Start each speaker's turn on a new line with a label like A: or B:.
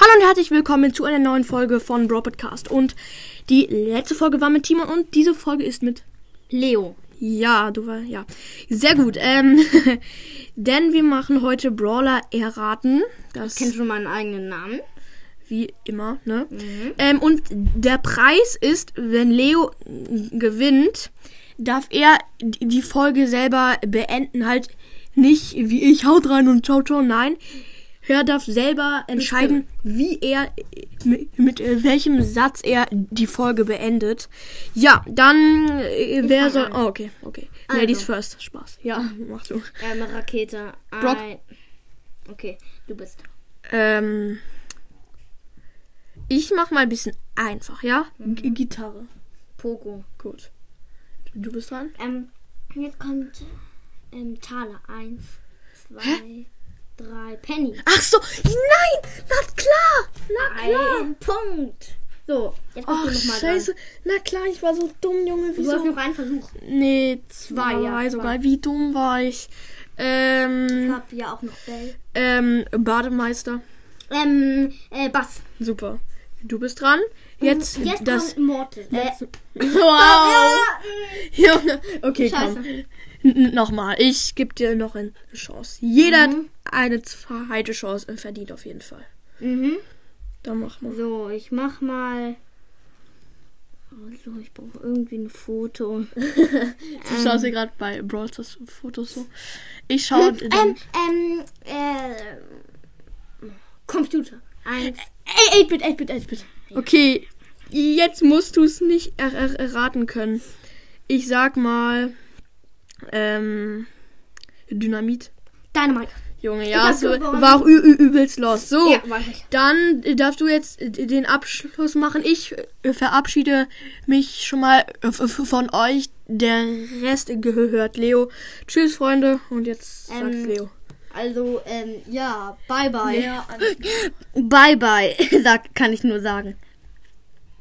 A: Moin und herzlich willkommen zu einer neuen Folge von Bro Podcast. Und die letzte Folge war mit Timon und diese Folge ist mit.
B: Leo.
A: Ja, du war. Ja. Sehr gut. Ähm, denn wir machen heute Brawler erraten. Das
B: Kennst du meinen eigenen Namen?
A: wie immer, ne?
B: Mhm.
A: Ähm, und der Preis ist, wenn Leo gewinnt, darf er die die Folge selber beenden. Halt nicht wie ich, haut rein und ciao, ciao, nein. Er darf selber entscheiden, wie er, mit, mit äh, welchem Satz er die Folge beendet. Ja, dann, äh, wer soll.
B: fang an.
A: Oh, okay, okay.
B: Also.
A: Ladies first. Spaß. Ja, mach du.
B: Ähm, Rakete.
A: Brock.
B: Ein- Okay, du bist.
A: Ähm, ich mach mal ein bisschen einfach, ja?
B: Mhm.
A: G Gitarre.
B: Poco.
A: Gut. Du bist dran?
B: Ähm, jetzt kommt ähm, Thaler. Eins, zwei, drei. Penny.
A: Ach so, nein, na klar, na Ah, klar.
B: Ein Punkt. So, jetzt
A: Ach,
B: bist du nochmal
A: scheiße, na klar, ich war so dumm, Junge,
B: Du hast
A: wieso?
B: noch einen Versuch.
A: Nee, zwei,
B: Zwei, ja,
A: sogar, wie dumm war ich? Ähm,
B: Ich hab ja auch noch Bell.
A: ähm, Bademeister,
B: Ähm, äh, Bass. Mhm.
A: super. Du bist dran, Mhm. jetzt,
B: Jetzt
A: das...
B: kommt Mortis. Äh,
A: Wow, Junge, okay, komm.
B: scheiße.
A: N nochmal, ich gebe dir noch eine Chance. Jeder hat eine zweite Chance und verdient auf jeden Fall.
B: Mhm.
A: Dann mach mal.
B: So, ich mach mal. Oh, So, ich brauche irgendwie ein Foto.
A: Du schaust dir gerade bei Brawl Stars Fotos so. Ich schaue.
B: Ähm, ähm, äh, Computer. Eins.
A: ey, 8-Bit, 8-Bit, 8-Bit.
B: ähm,
A: Okay, jetzt musst du es nicht er er erraten können. Ich sag mal. Ähm. Dynamit.
B: Dynamite.
A: Junge,
B: hab
A: ja, es war
B: gewonnen.
A: war auch ü ü übelst los. So,
B: Ja, weiß ich.
A: dann äh, darfst du jetzt äh, den Abschluss machen. Ich äh, verabschiede mich schon mal äh, f- f- von euch. Der Rest gehört Leo. Tschüss, Freunde. Und jetzt sagt
B: Ähm,
A: Leo.
B: Also, ähm, ja, bye bye.
A: Ja,
B: Bye bye, sag, kann ich nur sagen.